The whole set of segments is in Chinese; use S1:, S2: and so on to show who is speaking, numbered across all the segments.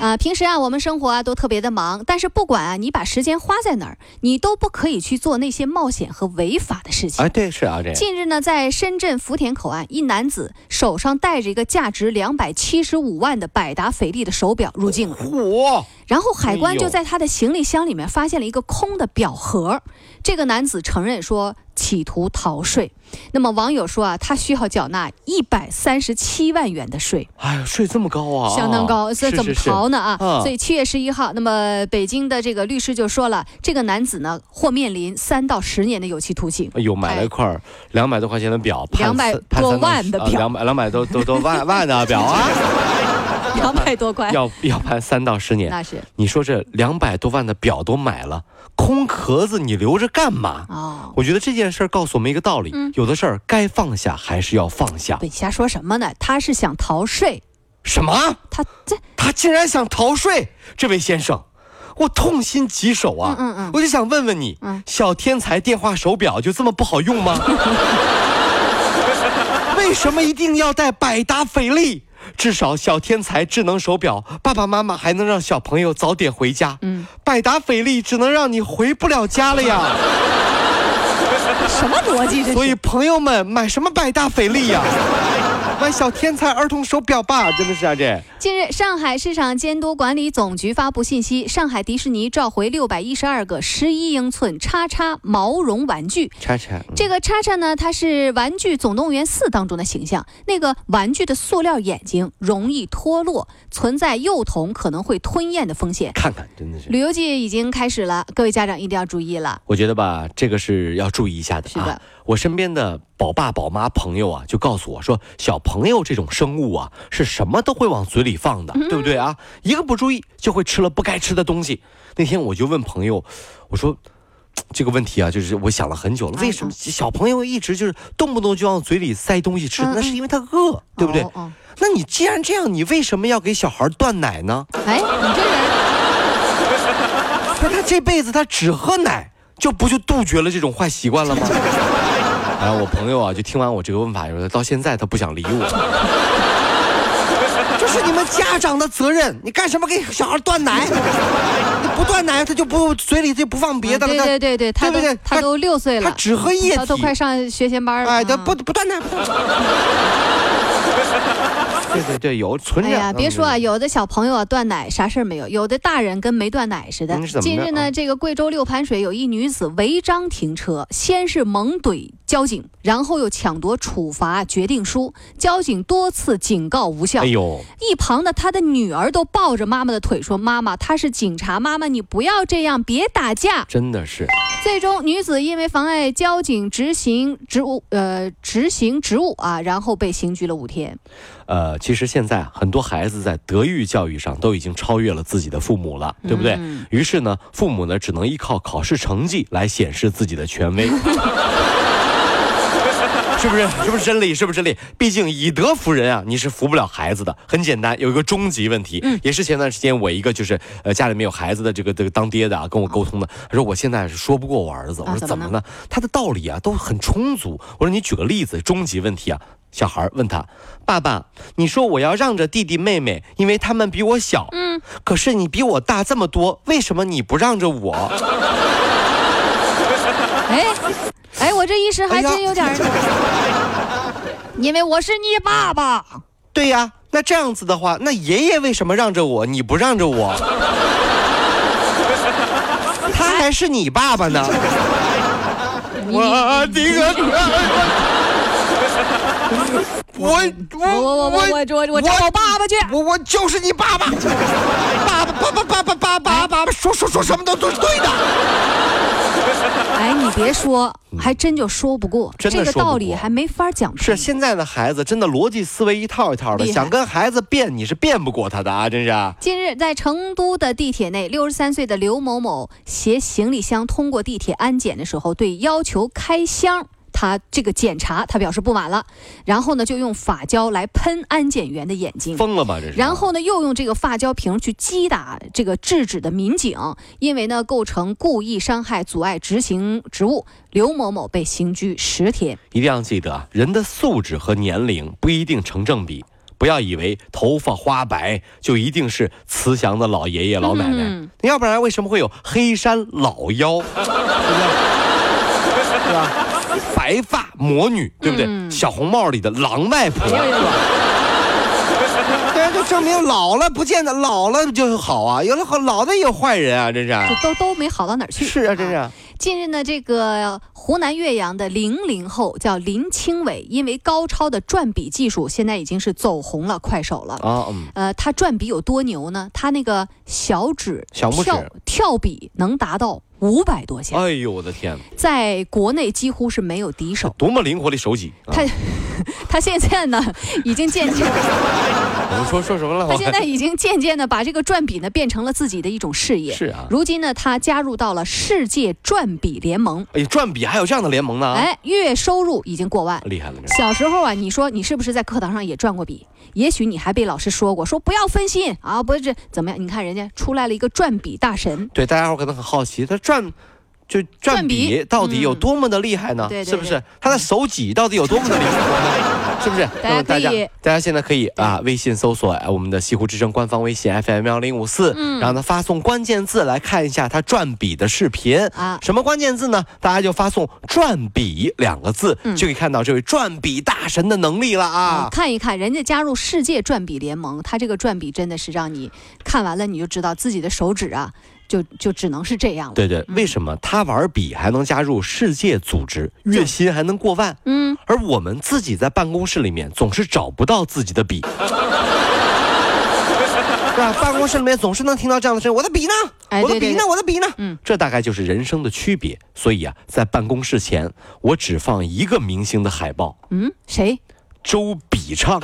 S1: 啊，平时啊，我们生活啊都特别的忙，但是不管啊你把时间花在哪儿，你都不可以去做那些冒险和违法的事情。
S2: 哎，对，是啊，这
S1: 近日呢，在深圳福田口岸，一男子手上戴着一个价值两百七十五万的百达翡丽的手表入境了，
S2: 我
S1: 然后海
S2: 哦哎
S1: 关
S2: 呦
S1: 就在他的行李箱里面发现了一个空的表盒。这个男子承认说企图逃税，那么网友说啊，他需要缴纳一百三十七万元的税。
S2: 哎呀，税这么高啊，
S1: 相当高，所以
S2: 是
S1: 怎么？
S2: 是是
S1: 逃呢啊？
S2: 啊
S1: 所以七月十一号，那么北京的这个律师就说了，这个男子呢或面临三到十年的有期徒刑。
S2: 哎呦，买了一块两百多块钱的表，
S1: 200多万的表
S2: 呃两百两百多多多万万的表 啊，
S1: 两百多块，
S2: 要要判三到十年。
S1: 那是
S2: 你说这两百多万的表都买了，空壳子你留着干嘛？
S1: 哦。
S2: 我觉得这件事儿告诉我们一个道理：
S1: 嗯
S2: 有的事儿该放下还是要放下
S1: 不，。你瞎说什么呢？他是想逃税，
S2: 什么？
S1: 他这
S2: 他竟然想逃税？这位先生，我痛心疾首啊！
S1: 嗯嗯嗯
S2: 我就想问问你，
S1: 嗯
S2: 小天才电话手表就这么不好用吗？ 为什么一定要带百达翡丽？至少小天才智能手表，爸爸妈妈还能让小朋友早点回家。
S1: 嗯，
S2: 百达翡丽只能让你回不了家了呀。
S1: 什么逻辑这
S2: 所
S1: 是？
S2: 以朋友们，买什么百达翡丽 呀？买小天才儿童手表吧，真的是啊这。
S1: 近日，上海市场监督管理总局发布信息，上海迪士尼召回六百一十二个十一英寸叉叉毛绒玩具，
S2: 叉叉，
S1: 这个叉叉呢，它是《玩具总动员四》当中的形象。那个玩具的塑料眼睛容易脱落，存在幼童可能会吞咽的风险。
S2: 看看真的是。
S1: 旅游季已经开始了，各位家长一定要注意了。
S2: 我觉得吧，这个是要注意一下的
S1: 是
S2: 啊。
S1: 的
S2: 我身边的宝爸宝妈朋友啊，就告诉我说，小朋友这种生物啊，是什么都会往嘴里放
S1: 嗯
S2: 的，对不对啊？一个不注意就会吃了不该吃的东西。那天我就问朋友，我说。这个问题啊，就是我想了很久了，
S1: 嗯
S2: 为什么小朋友一直就是动不动就往嘴里塞东西吃？
S1: 嗯嗯
S2: 那是因为他饿，对不对
S1: 哦？哦
S2: 那你既然这样，你为什么要给小孩断奶呢？
S1: 哎，你这人
S2: 不是他这辈子他只喝奶，就不就杜绝了这种坏习惯了 吗？然后我朋友啊，就听完我这个问法以后，到现在他不想理 我。这是你们家长的责任，你干什么给小孩断奶？你不断奶，他就不嘴里就不放别的了。
S1: 对
S2: 他
S1: 啊对对对，他
S2: 对
S1: 都
S2: 不对
S1: 他都六岁
S2: 他
S1: 了，
S2: 只喝液
S1: 他都
S2: 体。
S1: 快上学前班了。
S2: 哎，他
S1: 啊
S2: 不不断奶，不断奶。 对对对，有存
S1: 哎
S2: 着。
S1: 呀，别说啊，
S2: 嗯
S1: 有的小朋友啊断奶啥事儿没有，有的大人跟没断奶似的
S2: 嗯是怎。么
S1: 近
S2: 着
S1: 日呢，
S2: 啊
S1: 这个贵州六盘水有一女子违章停车，先是猛怼交警，然后又抢夺处罚决定书，交警多次警告无效。
S2: 哎呦，
S1: 一旁的她的女儿都抱着妈妈的腿说：“妈妈，她是警察，妈妈你不要这样，别打架。”
S2: 真的是。
S1: 最终，女子因为妨碍交警执行职务，呃，执行职务啊，然后被刑拘了五天。
S2: 呃，其实现在很多孩子在德育教育上都已经超越了自己的父母了，对不对？于是呢，父母呢只能依靠考试成绩来显示自己的权 威。是不是？是不是真理？是不是真理？毕竟以德服人啊，你是服不了孩子的。很简单，有一个终极问题，也是前段时间我一个就是呃家里面有孩子的这个这个当爹的啊，跟我沟通的，他说我现在是说不过我儿子，我
S1: 啊
S2: 说
S1: 怎
S2: 怎
S1: 么
S2: 么
S1: 呢
S2: 呢？他的道理啊都很充足。我说你举个例子，终极问题啊。小孩儿问他：“爸爸，你说我要让着弟弟妹妹，因为他们比我小。嗯，可是你比我大这么多，为什么你不让着我？”
S1: 哎，哎，我这一时还真有点儿，
S2: 哎
S1: 因为我是你爸 爸。
S2: 对呀，那这样子的话，那爷爷为什么让着我，你不让着我？他还是你爸爸呢。我这个，我
S1: 我我我我我我我找我爸爸去。
S2: 我我就是你爸爸，爸爸爸爸爸爸爸爸爸爸，说说说什么都都是对的。
S1: 哎，你别说，还真就说不过，
S2: 嗯真的
S1: 这个
S2: 说不
S1: 道理
S2: 过
S1: 还没法讲
S2: 是
S1: 通。
S2: 现在的孩子真的逻辑思维一套一套的，
S1: 嗯厉害
S2: 想跟孩子辩你是辩不过他的啊，真是啊。
S1: 近日，在成都的地铁内，六十三岁的刘某某携行李箱通过地铁安检的时候，对要求开箱。他这个检查，他表示不满了，然后呢就用发胶来喷安检员的眼睛。
S2: 疯了吧这是？
S1: 嗯然后呢，又用这个发胶瓶去击打这个制止的民警，因为呢构成故意伤害、阻碍执行职务，刘某某被刑拘十天。
S2: 一定要记得啊，人的素质和年龄不一定成正比。不要以为头发花白就一定是慈祥的老爷爷老奶奶，
S1: 嗯
S2: 要不然为什么会有黑山老妖？ 对不对？对吧？白发魔女，对不对？
S1: 嗯哎
S2: 小红帽里的狼外婆，对啊，就证明老了不见得老了就好啊，有的好老的也有坏人啊，这是。
S1: 就都都没好到哪儿去。
S2: 是啊，这是啊。
S1: 近日呢，这个湖南岳阳的零零后叫林清伟，因为高超的转笔技术，现在已经是走红了快手了。
S2: 啊，嗯，
S1: 呃，他转笔有多牛呢？他那个小指
S2: 小拇指
S1: 跳跳笔能达到五百多下，
S2: 哎呦我的天，
S1: 在国内几乎是没有敌手。
S2: 多么灵活的手技！啊
S1: 他他现在呢，已经渐渐，
S2: 我们说说什么了？
S1: 他现在已经渐渐的把这个转笔呢变成了自己的一种事业。
S2: 是啊，
S1: 如今呢，他加入到了世界转笔联盟，
S2: 哎，转笔还有这样的联盟呢？，啊
S1: 哎，月收入已经过万。
S2: 厉害了，这
S1: 小时候啊，你说你是不是在课堂上也转过笔？也许你还被老师说过，说不要分心啊，不是这怎么样？你看人家出来了一个转笔大神，
S2: 对，大家伙可能很好奇，他转就转
S1: 转笔
S2: 笔到底有
S1: 嗯
S2: 多么的厉害呢？
S1: 对对
S2: 是不
S1: 对
S2: 是？他的手指到底有多么的灵活呢？ 是不是？
S1: 大家
S2: 那么
S1: 可
S2: 大家
S1: 以
S2: 大家现在可以啊，微信搜索呃我们的西湖之声官方微信 FM 幺零五四，
S1: 嗯
S2: 然后呢发送关键字来看一下他转笔的视频
S1: 啊
S2: 什么关键字呢？大家就发送“转笔”两个字，
S1: 嗯
S2: 就可以看到这位转笔大神的能力了
S1: 啊
S2: 啊！
S1: 看一看人家加入世界转笔联盟，他这个转笔真的是让你看完了你就知道自己的手指啊，就就只能是这样了。
S2: 对对，为什么他玩笔还能加入世界组织，月薪还能过万？
S1: 嗯，
S2: 而我们自己在办公室里面总是找不到自己的 笔，对吧？办公室里面总是能听到这样的声音：“我的笔呢？
S1: 哎
S2: 我的
S1: 对对
S2: 笔呢？
S1: 对
S2: 我的笔呢？”
S1: 嗯
S2: 嗯，这大概就是人生的区别。所以啊，在办公室前，我只放一个明星的海报，
S1: 嗯，谁
S2: 周笔畅，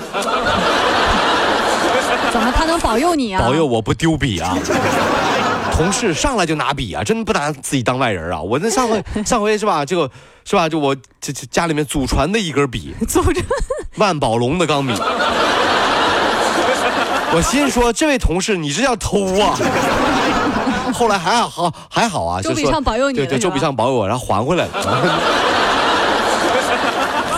S1: 怎么他能保佑你啊？
S2: 保佑我不丢笔 啊！同事上来就拿笔啊，真不拿自己当外人啊！我那上回上回是吧？这个是吧？就我这这家里面祖传的一根笔，
S1: 组织
S2: 万宝龙的钢笔。 我心说，这位同事，你这叫偷啊！ 后来还好，还好啊，
S1: 周笔
S2: 就说
S1: 畅保佑你
S2: 对
S1: 了
S2: 对，
S1: 是吧
S2: 周笔畅保佑我，然后还回来了。啊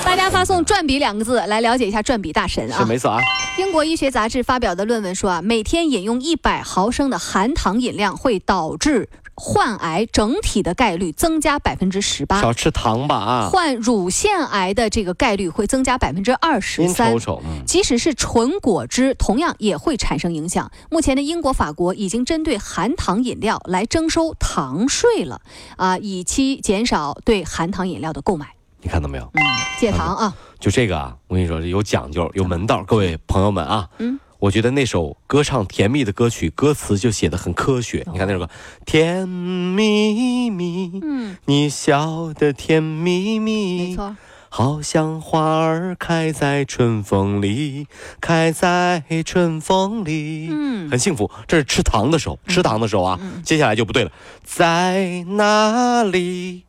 S1: 大家发送“转笔”两个字来了解一下转笔大神啊
S2: 是。没错啊，
S1: 英国医学杂志发表的论文说啊，每天饮用一百毫升的含糖饮料会导致患癌整体的概率增加百分之十八，
S2: 少吃糖吧啊！
S1: 患乳腺癌的这个概率会增加百分之二十
S2: 您
S1: 三
S2: 瞅。瞅，嗯，
S1: 即使是纯果汁，同样也会产生影响。目前的英国、法国已经针对含糖饮料来征收糖税了，啊，以期减少对含糖饮料的购买。
S2: 你看到没有？
S1: 嗯，戒糖啊，
S2: 就这个啊，我跟你说，有讲究，有门道，各位朋友们啊，
S1: 嗯
S2: 嗯，我觉得那首歌唱甜蜜的歌曲，歌词就写的很科学。
S1: 哦
S2: 你看那首歌，甜蜜蜜，
S1: 嗯，
S2: 你笑得甜蜜蜜，
S1: 没错。
S2: 好像花儿开在春风里，开在春风里。
S1: 嗯
S2: 很幸福。这是吃糖的时候，吃糖的时候啊，接下来就不对了。在哪里，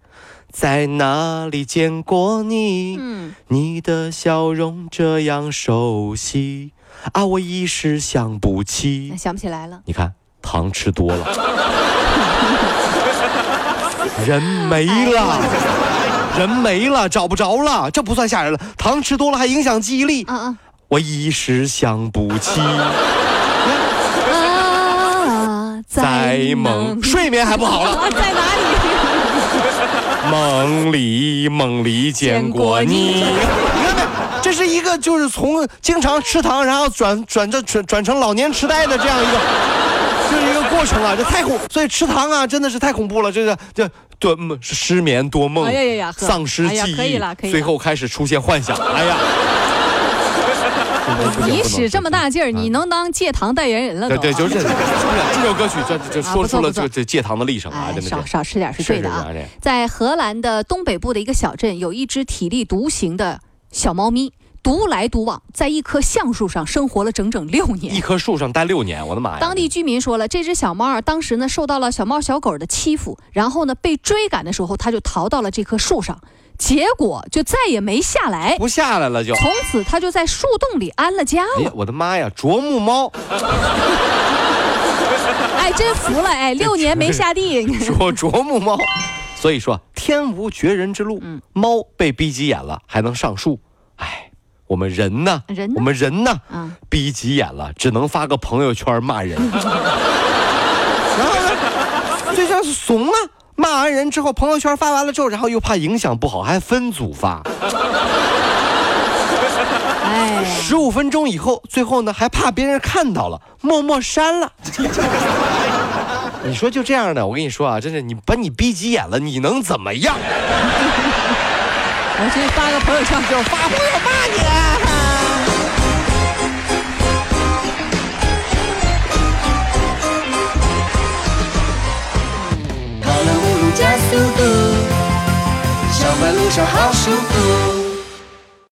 S2: 在哪里见过你？
S1: 嗯，
S2: 你的笑容这样熟悉啊，我一时想不起。
S1: 嗯想不起来了。
S2: 你看，糖吃多了，人没了，人没了，找不着了，这不算吓人了。糖吃多了还影响记忆力，
S1: 啊啊。
S2: 我一时想不起。
S1: 啊，
S2: 啊在梦，睡眠还不好了，
S1: 啊， 在哪里？
S2: 梦里梦里见过你。
S1: 见
S2: 你看
S1: 过
S2: 没？这是一个就是从经常吃糖，然后转转这转转成老年痴呆的这样一个，就是一个过程啊，这太恐，所以吃糖啊真的是太恐怖了，这个这多梦失眠多梦，
S1: 哎呀呀呀呵
S2: 丧失
S1: 哎呀
S2: 记忆，
S1: 可以了可以了
S2: 最后开始出现幻想， 哎呀，不行
S1: 你
S2: 不能
S1: 使这么大劲儿，
S2: 嗯
S1: 你能当戒糖代言人了都
S2: 对对，
S1: 啊？
S2: 就是这，是不是这首歌曲这这这
S1: 啊
S2: 说
S1: 不错
S2: 出了
S1: 不
S2: 这
S1: 错
S2: 个这戒糖的历程啊，
S1: 哎，
S2: 真的
S1: 少
S2: 是
S1: 少吃点是对的啊。
S2: 是是是
S1: 在荷兰的东北部的一个小镇，有一只体力独行的小猫咪，独来独往，在一棵橡树上生活了整整六年
S2: 一。棵树上待六年，我的妈呀！
S1: 当地居民说了，这只小猫儿当时呢受到了小猫小狗的欺负，然后呢被追赶的时候，它就逃到了这棵树上。结果就再也没下来。
S2: 不下来了就。
S1: 哎从此，他就在树洞里安了家
S2: 哎呀
S1: 了。，
S2: 我的妈呀！啄木猫，
S1: 哎，真服了！ 哎，六年没下地，
S2: 说啄木 猫，所以说天无绝人之路，
S1: 嗯
S2: 猫被逼急眼了还能上树，哎，我们人呢？
S1: 人呢
S2: 我们人呢？
S1: 嗯
S2: 逼急眼了，只能发个朋友圈骂 人，然后呢，就像是怂啊。骂完人之后，朋友圈发完了之后，然后又怕影响不好，还分组发，
S1: 哎，
S2: 十五分钟以后，最后呢还怕别人看到了，默默删 了。你说就这样的，我跟你说啊，真是你把你逼急眼了，你能怎么样？
S1: 我这发个朋友圈就发朋友骂你了。
S3: 跑了五路加速度，上班路上好舒服。